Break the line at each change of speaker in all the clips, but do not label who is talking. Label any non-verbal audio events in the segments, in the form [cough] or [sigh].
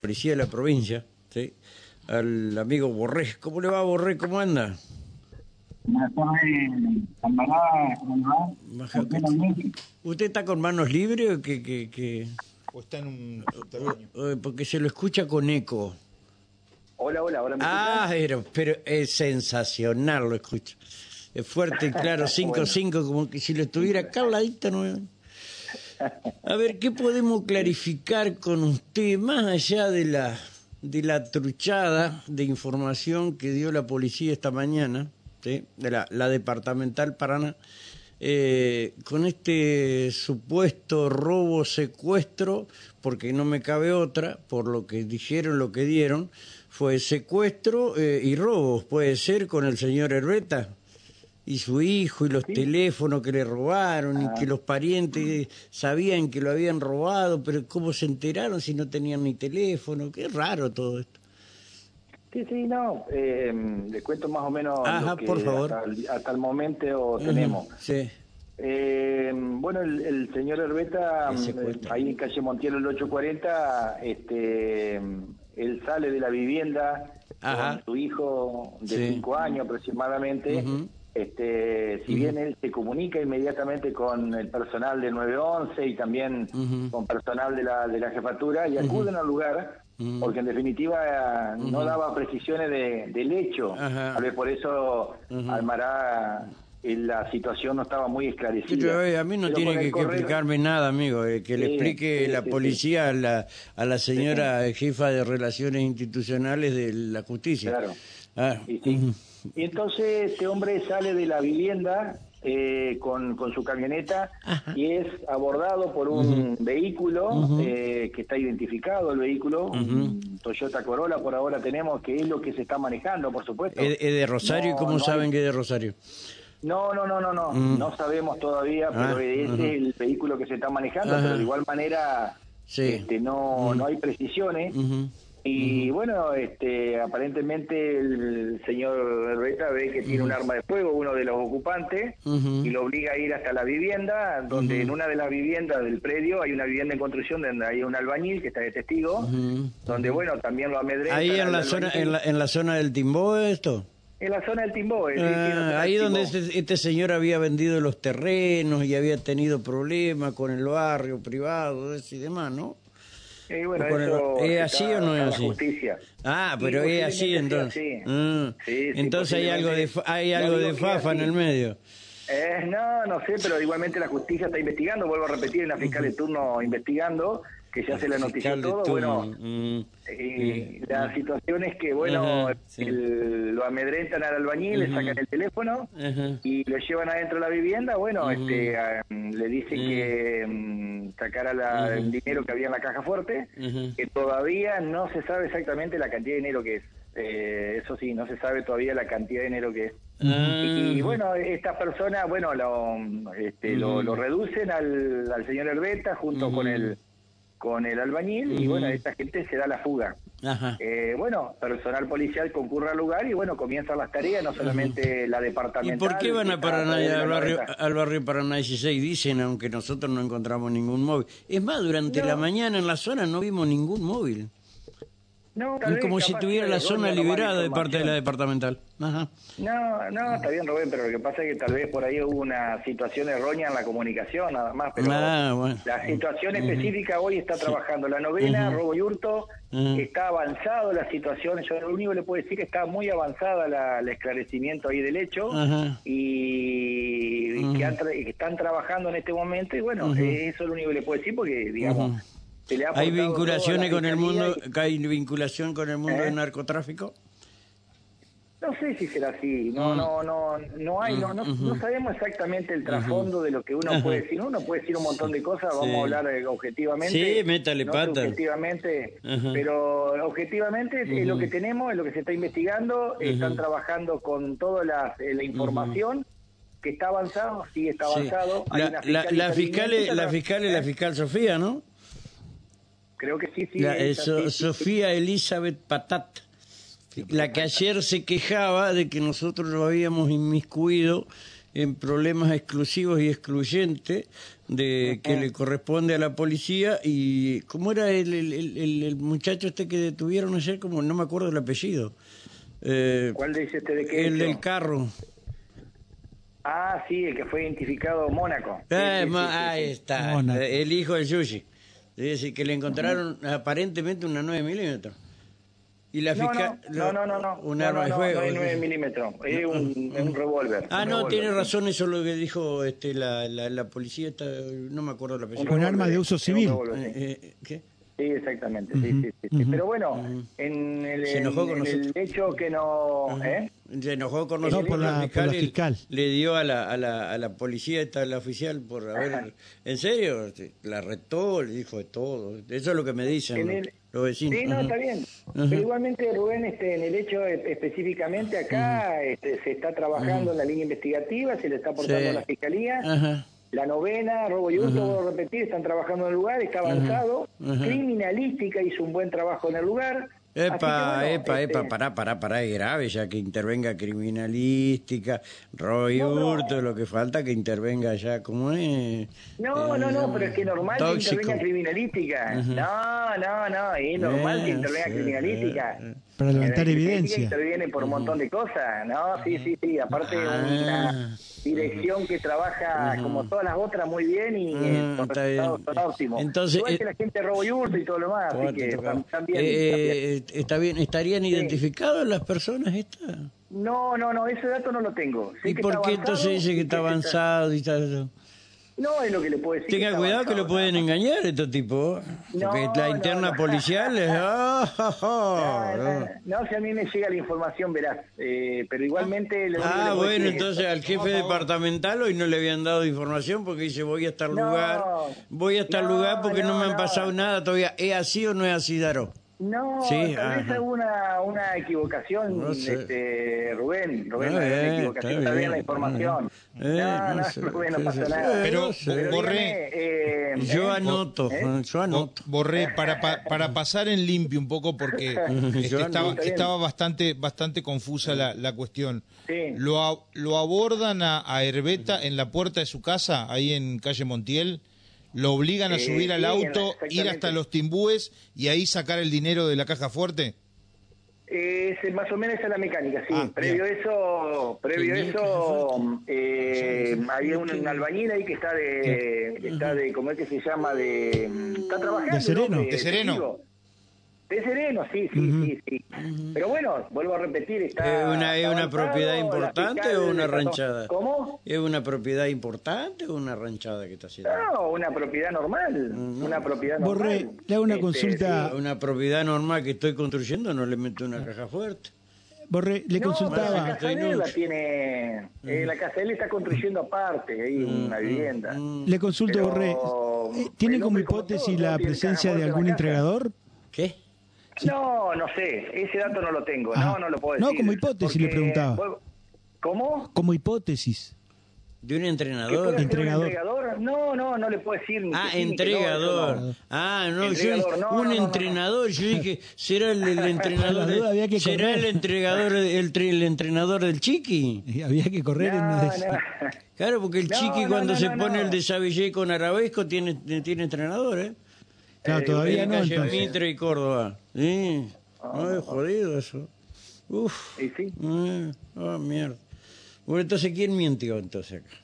policía de la provincia, ¿sí? al amigo Borrés. ¿Cómo le va, Borrés? ¿Cómo anda?
Buenas tardes, camarada, ¿cómo le va?
Baja-
¿Por qué no me-
¿Usted está con manos libres o que, que, que-
O está en un subterráneo.
eh, porque se lo escucha con eco?
Hola, hola, hola. ¿me
Ah, pero, pero es sensacional, lo escucho. Es fuerte y claro, 5-5, como que si lo estuviera acá al ladito, ¿no? A ver, ¿qué podemos clarificar con usted más allá de la, de la truchada de información que dio la policía esta mañana, ¿sí? de la, la departamental Paraná, eh, con este supuesto robo, secuestro, porque no me cabe otra, por lo que dijeron, lo que dieron, fue secuestro eh, y robos, puede ser, con el señor Herbeta? y su hijo y los teléfonos que le robaron y
Ah.
que los parientes sabían que lo habían robado, pero cómo se enteraron si no tenían ni teléfono, qué raro todo esto.
Sí, sí, no. eh, le cuento más o menos
Ajá,
lo que
por favor.
Hasta, el, hasta el momento tenemos.
Ajá, Sí.
Eh, bueno, el, el señor Herbeta,
Ese
eh,
cuesta.
ahí en calle Montiel, el 840, este, él sale de la vivienda
Ajá.
con su hijo de
Sí.
5 años aproximadamente.
Ujú.
Este, si bien él se comunica inmediatamente con el personal de 911 y también
Ujú.
con personal de la, de la jefatura y acuden al lugar,
Ujú.
porque en definitiva eh, no daba precisiones de- del hecho.
Ajá.
Tal vez por eso
Ujú.
Almará eh, la situación no estaba muy esclarecida.
Pero, eh, a mí no
Pero
tiene
con
que,
el
que
correr-
explicarme nada, amigo. eh, que le
Sí,
explique
sí,
la
sí, sí.
policía a la, a la señora jefa de Relaciones Institucionales de la Justicia.
Claro.
Ah,
Sí, sí. Y entonces este hombre sale de la vivienda eh, con, con su camioneta y es abordado por un vehículo eh, que está identificado el vehículo, un Toyota Corolla por ahora tenemos, que es lo que se está manejando, por supuesto.
¿Es es de Rosario?
No,
¿Cómo
no
saben
hay-
que es de Rosario?
No, no, no, no, no, no sabemos todavía,
Mm. Ah,
pero ese
ajá.
es el vehículo que se está manejando,
Ajá.
pero de igual manera
Sí. Mm.
este, no, no hay precisiones.
Ujú.
Y bueno, este, aparentemente el señor Reta ve que tiene un arma de fuego, uno de los ocupantes,
Ujú.
y lo obliga a ir hasta la vivienda, donde en una de las viviendas del predio hay una vivienda en construcción donde hay un albañil que está de testigo,
Ujú.
donde bueno, también lo amedrenta.
Ahí en la,
al
zona,
albañil.
en, la, en la zona del Timbó, esto.
En la zona del Timboe. sí, sí, en la zona
Ah,
del
ahí donde
Timbó.
este, este señor había vendido los terrenos y había tenido problemas con el barrio privado eso y demás, ¿no?
Eh, bueno,
con el-
eso
¿Es
está-
así o no
está
es
la
así?
Justicia.
Ah,
Sí,
pero es así
posiblemente sea
entonces.
así.
Ah,
Sí, sí,
entonces hay algo de fa-
posiblemente.
hay
No
algo
digo
de
que sea
fafa en
así.
el medio.
Eh, no, no sé, pero igualmente la justicia está investigando, vuelvo a repetir, la fiscal de turno investigando, que ya se la notició
Fiscal de
todo,
turno,
bueno,
mm.
y la situación es que, bueno,
Ajá, sí.
el- lo amedrentan al albañil, le sacan el teléfono
Ajá.
y lo llevan adentro de la vivienda, bueno, este, ah, mm, le dicen que mm, sacara la- el dinero que había en la caja fuerte,
Ujú.
que todavía no se sabe exactamente la cantidad de dinero que es. Eh, eso sí, no se sabe todavía la cantidad de dinero que es.
Ah.
Y, y bueno, estas personas, bueno, lo, este, lo, lo reducen al, al señor Herbeta junto con el con el albañil y bueno, esta gente se da la fuga.
Ajá.
Eh, bueno, personal policial concurre al lugar y bueno, comienzan las tareas, no solamente la
¿Y
departamental.
por qué van
que
a
está
Paraná,
todavía en la
al barrio,
Herbeta.
al barrio Paraná 16? Dicen, aunque nosotros no encontramos ningún móvil. Es más, durante
No.
la mañana en la zona no vimos ningún móvil.
No, tal
Es
vez
como si
capaz
tuviera
que
la
Rondon
zona
no vale
liberada de parte de la
información.
departamental. Ajá.
No, no, está bien Rubén, pero lo que pasa es que tal vez por ahí hubo una situación errónea en la comunicación, nada más, pero
Ah, bueno.
la situación específica hoy está trabajando la novena, robo y hurto,
Ujú.
está avanzado la situación, yo lo único que le puedo decir es que está muy avanzada la, el esclarecimiento ahí del hecho
Ajá.
y y que, han tra- y que están trabajando en este momento y bueno, eh, eso es lo único que le puedo decir porque, digamos,
Ujú.
se le ha
¿Hay
aportado todo a la
vinculaciones con el
fiscalía
mundo,
y-
hay vinculación con el mundo
¿Eh?
del narcotráfico?
No sé si será así,
Ah.
no, no, no, no hay, no, no,
Mm,
no sabemos exactamente el trasfondo de lo que uno puede decir. Uno puede decir un montón de cosas, vamos
Sí.
a hablar eh, objetivamente.
Sí, métale
no
pata.
subjetivamente,
Ajá.
pero objetivamente es lo que tenemos, es lo que se está investigando, están trabajando con toda la, eh, la información. Que está avanzado, sí, está
Sí.
avanzado. Hay
La,
una ¿eh?
la-
fiscal
la fiscal es, la
interviniente, pero-
fiscal es la fiscal Sofía, ¿no?
Creo que sí, sí.
La- eh,
es así,
So-
sí, sí.
Sofía Elizabeth Patat, la que ayer se quejaba de que nosotros lo habíamos inmiscuido en problemas exclusivos y excluyentes de que le corresponde a la policía y cómo era el, el- el- el- el muchacho este que detuvieron ayer como no me acuerdo el apellido Eh,
¿Cuál dice este de qué?
el
hecho?
del carro
Ah, sí, el que fue identificado Mónaco. Sí,
Ah,
sí, sí,
ma-
sí,
ahí
sí.
está
Mónaco.
eh, el hijo de Yushi es decir que le encontraron aparentemente una 9 milímetros y la
No,
fiscal
no, no, no, no, no.
un
No,
arma
no,
de
no,
juego
No, es
sí.
9 milímetros, es un, es un revólver.
Ah,
un
no,
revólver.
tiene razón eso lo que dijo este, la, la, la policía, esta, no me acuerdo la
Un
persona.
Con
revólver,
arma de uso
es un
civil.
revólver, sí.
Eh, eh, ¿qué?
Sí, exactamente. sí, sí, sí, sí. Pero bueno, en el,
Se enojó con
en el
nosotros.
hecho que no. ¿eh?
Se enojó con
No,
nosotros.
por la-
el
por la
y
fiscal.
Le dio a la, a la, a la policía, esta, la oficial, por haber. ¿En serio? La retó, le dijo de todo. Eso es lo que me dicen
En
los,
el-
los vecinos.
Sí, no,
Ajá.
está bien.
Ajá.
Pero igualmente, Rubén, este, en el hecho e- específicamente acá este, se está trabajando en la línea investigativa, se le está aportando
Sí.
a la fiscalía.
Ajá.
La novena, robo y hurto, vuelvo a repetir, están trabajando en el lugar, está avanzado.
Ajá.
Criminalística hizo un buen trabajo en el lugar. Así que,
Epa,
bueno,
epa,
este,
epa, pará, pará, pará, es grave ya que intervenga criminalística, Roy
No, eh. no.
Hurto, lo que falta que intervenga ya, ¿cómo es?
No,
Eh,
no, no, pero es que normal
tóxico.
que intervenga criminalística. No, no, no, es normal que
Eh,
intervenga
sí,
criminalística.
eh, eh.
Para levantar
Criminalística
evidencia.
Interviene por un montón de cosas, ¿no? Sí, sí, sí. Aparte,
Ah.
una dirección que trabaja como todas las otras muy bien y eh,
Mm,
con
está
resultados
bien.
son óptimos.
Entonces,
Igual que
eh,
la gente robo y hurto y todo lo demás, así que
Te tocaba.
están- están bien,
Eh,
están bien.
eh, está bien, ¿estarían identificadas las personas estas?
No, no, no, ese dato no lo tengo. Sé
¿Y
que
por
está
qué
avanzado
entonces dice
y
que está avanzado y tal?
No, es lo que le puedo decir. que
Tenga
está
cuidado que
avanzado,
lo pueden
nada más.
engañar estos tipos. ¿eh?
No,
Porque la
no,
interna
no.
policial
[laughs]
es... ah, ah, ah,
Ah,
no.
No, si a mí me llega la información, verás. Eh, pero este, igualmente. lo único que
Ah,
le puedo
bueno,
decir es-
entonces al jefe departamental hoy no le habían dado información porque dice voy a tal
No,
lugar, voy a tal
no,
lugar porque no,
no,
me han
no.
pasado nada todavía. ¿Es así o no es así, Daro?
No,
Sí,
tal vez
ajá.
es una, una equivocación,
No sé.
este, Rubén. Rubén,
Está
hay una
bien,
equivocación,
está
está bien
bien,
la información.
está bien. Eh,
no,
no
no,
sé,
Rubén, no
sí,
pasa
sí, Eh,
nada.
sí.
Pero,
dígame,
borré.
eh,
Yo
eh,
anoto,
¿eh?
yo
Bo-
anoto.
Borré para, pa- para pasar en limpio un
[laughs]
poco porque este,
Yo
estaba,
anoto.
estaba bastante bastante confusa la, la cuestión.
Sí.
Lo, a- lo abordan a, a Herbeta en la puerta de su casa, ahí en calle Montiel, lo obligan a
Eh,
subir al
sí,
auto, ir hasta
exactamente.
los timbúes y ahí sacar el dinero de la caja fuerte.
Eh, Es, más o menos esa es la mecánica, sí.
Ah,
previo a eso, previo a
Tenía
eso eh, había un, albañil ahí que está de, que está de, ¿cómo es que se llama? De, está trabajando.
De sereno.
¿no?
De sereno.
testigo. De sereno, sí, sí, sí, sí. Pero bueno, vuelvo a repetir, está...
¿Es una, es
está
una
avanzado,
propiedad
la
importante
fiscal
o una
está to-
ranchada?
¿Cómo?
¿Es una propiedad importante o una ranchada que está haciendo?
No, una propiedad normal, una propiedad normal.
Borré, le hago una
Este,
consulta.
sí.
Una propiedad normal que estoy construyendo no le meto una caja fuerte.
Borré,
No,
le
pero La
consultaba. Mm.
casa de él la tiene. eh, la casa de él está construyendo aparte, ahí una vivienda.
Le consulto,
Pero-
Borré. eh, ¿Tiene
el
como
hombre como
hipótesis
todo,
la
¿no? Tiene
presencia de
caja fuerte en la
algún
casa.
entregador?
¿Qué?
No, no sé. Ese dato no lo tengo.
Ajá.
No, no lo puedo
Ah. No,
decir.
como hipótesis le
porque-
preguntaba.
¿Cómo?
Como hipótesis.
¿De un
¿Que puede
entrenador?
ser un
Entregador.
entregador? No, no, no le puedo decir. ni
Ah,
que sí, ni que no,
entregador.
eso no.
Ah, no, yo
Entregador, no,
un
no, no, no.
entrenador, yo dije, será
[laughs]
el, el entrenador,
Para la duda había que
de- será el
correr.
entregador, el, tre- el entrenador del chiqui.
Eh, Había que correr en una de esas.
No, no.
Claro, porque el
No,
chiqui
no,
cuando
no,
se
no,
pone
no.
el desabillé con arabesco tiene tiene entrenador, ¿eh?
Claro,
Eh,
todavía
en
no,
calle
entonces.
Mitre y Córdoba. Sí. No, es jodido eso. Uf.
[laughs] Y sí.
Eh, ah, mierda. Bueno, entonces ¿quién mintió entonces acá?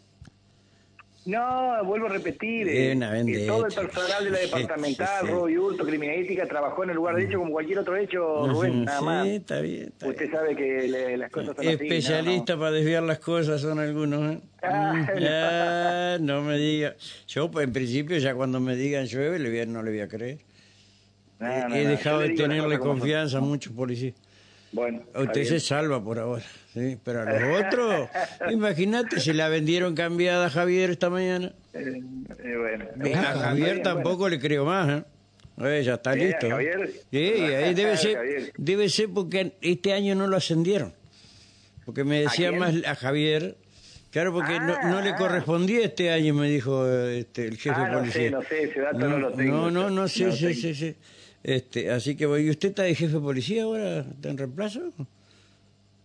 No, vuelvo a repetir. eh,
Bien, bien
que todo el
hecho.
personal de la
Sí,
departamental,
sí, sí.
robo y hurto, criminalística, trabajó en el lugar de hecho como cualquier otro hecho, Rubén, nada más.
Ah, Sí, está bien, está bien.
Usted sabe que le- las cosas son así,
Especialista para desviar las cosas son algunos. ¿eh?
Ah,
Mm,
no.
ah, no me diga. Yo, pues, en principio, ya cuando me digan llueve, le voy a- no le voy a creer.
no, no.
he
No, no,
he
no,
dejado
yo le
de
digo las
tenerle
cosas como son.
confianza a muchos policías.
Bueno,
A
está
Usted
bien.
se salva por ahora, ¿sí? pero a los
[laughs]
otros, imagínate, se la vendieron cambiada a Javier esta mañana.
Eh, eh, bueno.
A
Está
Javier
bien,
tampoco le creo más. ¿eh? Eh, ya está
Sí, a
listo. ¿eh?
Javier.
Sí,
[laughs]
ahí debe ser,
Javier.
debe ser porque este año no lo ascendieron. Porque me decía
quién?
más a Javier. Claro, porque no, no le
Ah.
correspondía este año, me dijo eh, este, el jefe
Ah, no
policía.
sé, no sé, ese dato no lo tengo.
No, no, no, sí,
No lo
sí,
tengo.
sí, sí. Este, así que, voy. ¿y usted está de jefe de policía ahora? ¿Está en reemplazo?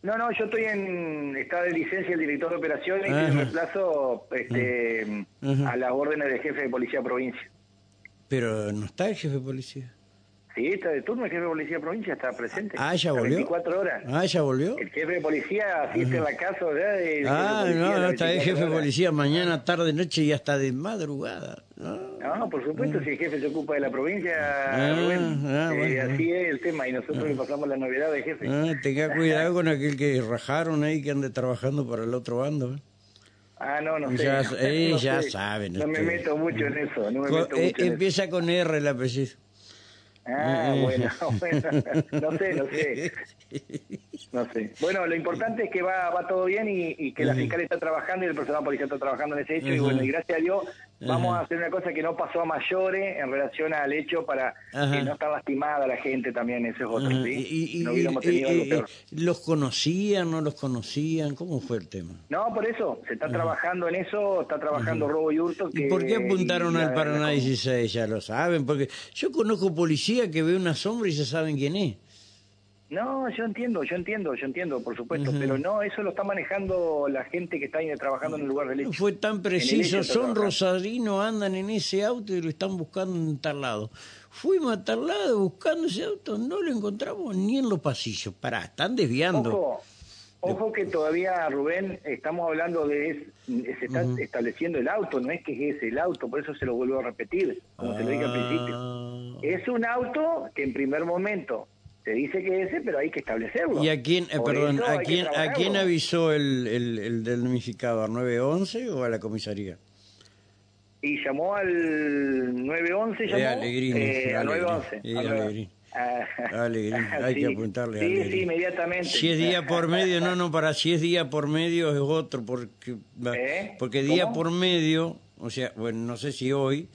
No, no, yo estoy en. Está de licencia el director de operaciones
Ajá.
y reemplazo este,
Ajá.
a las órdenes del jefe de policía de provincia.
Pero no está el jefe de policía.
Sí, está de turno, el jefe de policía de provincia está presente.
Ah, ya
Las
volvió.
24 horas.
Ah, ya volvió.
El jefe de policía asiste a la casa, ¿verdad?
Ah,
De- de la policía,
no, no,
las
está de
24
jefe de
horas.
policía mañana, tarde, noche y hasta de madrugada. Ah,
No, por supuesto, si el jefe se ocupa de la provincia,
Ah,
Rubén,
ah,
eh,
bueno.
así es el tema, y nosotros le pasamos la novedad de jefe.
ah,
[laughs]
tenga cuidado con aquel que rajaron ahí que ande trabajando para el otro bando. ¿eh?
Ah, no, no sé. [laughs]
Ya- eh,
No
ya
sé.
saben
No me
ustedes.
meto mucho en eso, no me
Co-
meto
eh,
mucho en eso.
empieza con R el apellido.
Ah,
Eh.
bueno, [laughs] bueno, no sé, no
[laughs]
sé, no sé. Bueno, lo importante es que va, va todo bien y, y que la fiscal está trabajando y el personal policial está trabajando en ese hecho y
Ujú.
bueno, y gracias a Dios vamos
Ajá.
a hacer una cosa que no pasó a mayores en relación al hecho para
Ajá.
que no está lastimada la gente también, eso es otro,
Ajá,
¿sí?
Ah, y- y-
no
y-
hubiéramos
y-
tenido algo
y-
peor.
¿Los conocían, no los conocían? ¿Cómo fue el tema?
No, por eso, se está trabajando en eso, está trabajando robo y hurto.
¿Y
que-
por qué apuntaron
y la-
al Paraná
la-
16? Ya lo saben, porque yo conozco policía que ve una sombra y ya saben quién es.
No, yo entiendo, yo entiendo, yo entiendo, por supuesto, pero no, eso lo está manejando la gente que está ahí trabajando en el lugar del hecho.
Fue tan
En el hecho
preciso,
está
son
trabajando.
rosarinos, andan en ese auto y lo están buscando en tal lado. Fuimos a tal lado buscando ese auto, no lo encontramos ni en los pasillos. Pará, están desviando.
Ojo, ojo que todavía, Rubén, estamos hablando de... es- se está estableciendo el auto, no es que es el auto, por eso se lo vuelvo a repetir, como se lo dije al principio.
Ah,
Es un auto que en primer momento se dice que es ese, pero hay que establecerlo.
¿Y a quién, eh,
Por
perdón,
eso hay
a
que
quién, a
trabajarlo.
quién avisó el, el, el damnificado? ¿A 911 o a la comisaría?
Y llamó al 911, llamó
Eh, Alegrini,
eh, al
Alegrini,
911.
eh,
al
Alegrini.
911. Ah,
Alegrini, hay
[laughs] sí.
que apuntarle a
Sí,
Alegrini.
sí, inmediatamente.
Si es día por medio, no, no, para si es día por medio es otro, porque,
¿Eh?
porque día
¿Cómo?
por medio, o sea, bueno, no sé si hoy,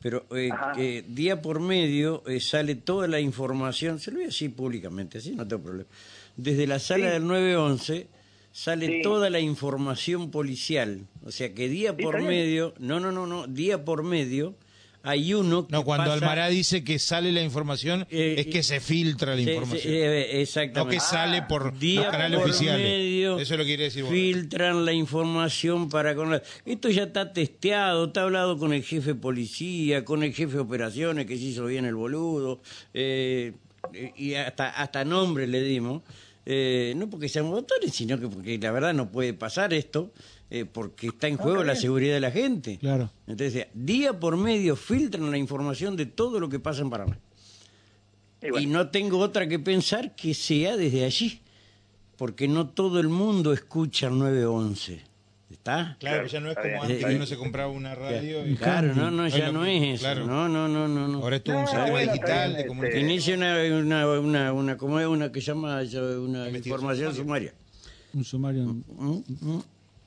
pero eh,
Ajá.
que día por medio eh, sale toda la información, se lo voy a decir públicamente, así no tengo problema. Desde la sala
Sí.
del 911 sale
Sí.
toda la información policial, o sea que día
Sí,
por
está bien.
medio, no, no, no, no, día por medio hay uno que
No, cuando
pasa-
Almará dice que sale la información,
Eh,
es que se filtra la
Sí, sí,
información.
eh,
no
exactamente.
Ah,
que sale por
Día
los canales
por
oficiales.
medio
Eso es lo que quiere decir vos.
filtran la información para con la- esto ya está testeado está hablado con el jefe de policía con el jefe de operaciones que se hizo bien el boludo eh, y hasta hasta nombre le dimos Eh, no porque sean botones sino que porque la verdad no puede pasar esto eh, porque está en juego la seguridad de la gente
Claro.
entonces día por medio filtran la información de todo lo que pasa en Paraná
Y bueno.
y no tengo otra que pensar que sea desde allí, porque no todo el mundo escucha el 911. ¿Está?
Claro, ya no es
Está
como
bien,
antes
está
que
bien.
uno se compraba una radio. y-
Claro, no, no,
Hoy
ya
lo-
no es eso.
claro.
No, no, no, no. no.
Ahora es todo un
No,
sistema
bueno, está
digital
bien,
de
este,
comunicación.
Inicia una, una, una, una, ¿cómo es? Una que llama eh, una
Investigación
información sumaria.
Un sumario.
Eh,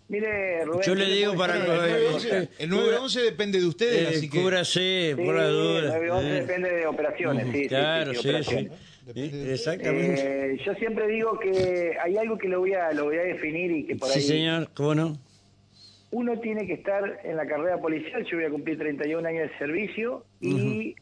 Mire, Rubén,
Yo le
puedo
digo
decir
para-
una
Bueno, el
cosa?
911 el 911 depende de ustedes,
Eh,
así que...
cúbrase,
Sí,
por la duda.
el 911
eh.
depende de operaciones, sí, sí, sí,
claro,
sí,
sí, sí.
operaciones.
Depende
Eh,
de-
Exactamente.
Eh, yo siempre digo que hay algo que lo voy a lo voy a definir y que por
sí,
ahí
señor, ¿cómo no?
uno tiene que estar en la carrera policial. Yo voy a cumplir 31 años de servicio y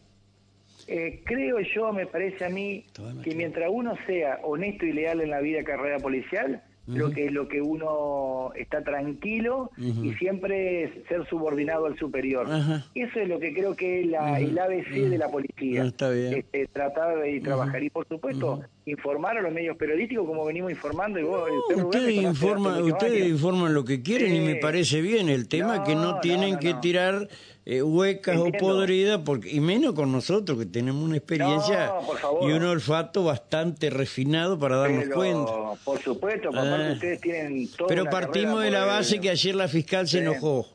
eh, creo yo, me parece a mí,
Todavía me
que
queda.
mientras uno sea honesto y leal en la vida carrera policial, lo que es lo que uno está tranquilo y siempre es ser subordinado al superior.
Ajá.
Eso es lo que creo que es la, el ABC de la policía.
Ah, está bien.
Este, tratar y trabajar. Y por supuesto, informar a los medios periodísticos como venimos informando. Y vos, usted, Rubén,
Ustedes
me conoce hace
informan,
muchos
ustedes
años.
informan lo que quieren y me
Sí.
parece bien. El tema es que
No,
no
no,
tienen
no,
que
no.
tirar eh, huecas
Entiendo.
o podridas, porque y menos con nosotros que tenemos una experiencia
No, por favor.
y un olfato bastante refinado para darnos
Pero,
cuenta.
Por supuesto, por
Ah.
parte ustedes tienen todo.
Pero partimos de la base que ayer la fiscal se
Sí.
enojó.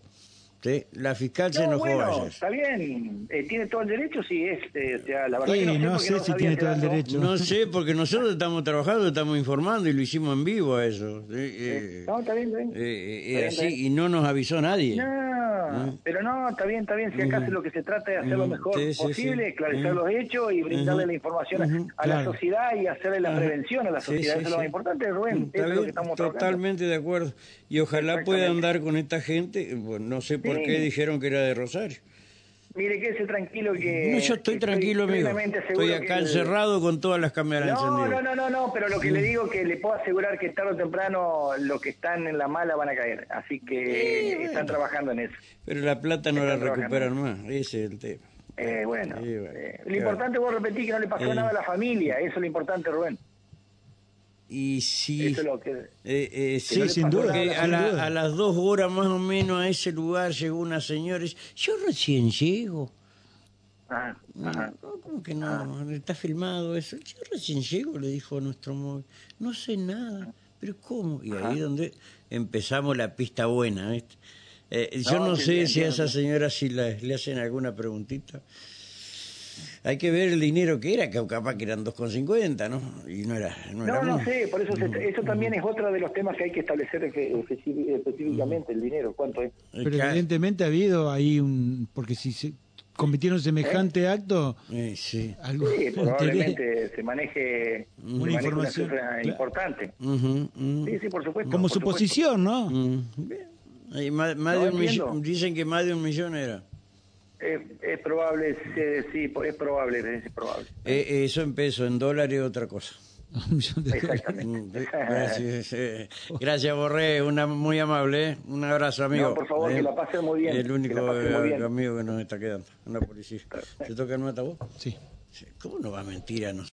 ¿Sí? La fiscal se
no,
enojó
bueno,
ayer.
Está bien, eh, tiene todo el derecho, sí, es, eh, o sea, la verdad
Sí,
que no,
no
porque
sé si
sabía
tiene
qué
todo el
dato.
derecho.
No sé, porque nosotros estamos trabajando, estamos informando y lo hicimos en vivo a eso. ¿sí? Eh,
No, está bien, está bien.
eh, eh,
Está bien, está
así, y no nos avisó nadie.
No, pero no, está bien, está bien. Si acá lo que se trata es hacer lo
Ujú.
mejor
Mm. Sí, sí,
posible,
sí.
esclarecer los hechos y brindarle la información a-
Ujú,
a
claro.
la sociedad y hacerle la prevención a la
Sí,
sociedad.
sí,
Eso es lo
sí.
más
Mm,
importante, Rubén.
Está
eso es lo
bien,
que estamos tratando.
totalmente de acuerdo. Y ojalá
Exactamente.
puedan dar con esta gente. eh, bueno, no sé por
Sí.
qué dijeron que era de Rosario.
Mire, quédese tranquilo que...
No, yo estoy tranquilo, amigo.
Eh, plenamente seguro
Estoy acá
que-
encerrado con todas las cámaras
No,
encendidas.
no, no, no, no, pero lo que le digo que le puedo asegurar que tarde o temprano los que están en la mala van a caer. Así que están trabajando en eso.
Pero la plata no la
Están
recuperan más, ese es el tema.
Eh, bueno,
Sí, bueno,
eh,
claro.
lo importante, vos repetí, que no le pasó
Eh.
nada a la familia. Eso es lo importante, Rubén.
Y sí,
Eso es lo que...
eh, eh,
no
sí,
le
sin
pasó
duda,
nada,
porque a,
sin
la-
duda.
a las dos horas más o menos a ese lugar llegó una señora y dice, yo recién llego.
Ajá,
No,
ajá.
no, ¿Cómo que no? Está filmado eso. Yo recién llego, le dijo nuestro móvil. No sé nada. ¿Pero cómo? Y ahí donde empezamos la pista buena. ¿viste? Eh, yo no,
No, sí,
sé
bien,
si a
bien,
esa señora si la- le hacen alguna preguntita. Hay que ver el dinero que era, que capaz que eran 2,50, ¿no? Y no era, no era
No, no
mucho.
sé, por eso se- eso también es otro de los temas que hay que establecer espe- especi- específicamente, el dinero, cuánto es.
Pero
Acá-
evidentemente ha habido ahí un... Porque si se cometieron semejante acto...
Eh, sí.
algo-
Eh.
[laughs]
Sí, probablemente se maneje, se maneje
información,
una cifra
claro.
importante.
Ujú, ujú.
Sí, sí, por supuesto.
Como
por supuesto.
suposición, ¿no?
Mm, bien. Hay más- más
No,
de un
entiendo.
millón- dicen que más de un millón era.
Es, Eh, es probable, sí, sí, es probable, es probable.
Eh, eso en pesos, en dólares otra cosa.
[laughs] Un millón de dólares.
Exactamente. [laughs]
Mm, Gracias, eh, gracias Borré, una muy amable, ¿eh? un abrazo amigo.
No, por favor,
Eh,
que la pasen muy bien,
El
que
único
la pasen muy
eh,
bien.
amigo que nos está quedando, una policía. ¿Se toca el matavoz?
Sí.
Sí, ¿Cómo no va a mentir a nosotros?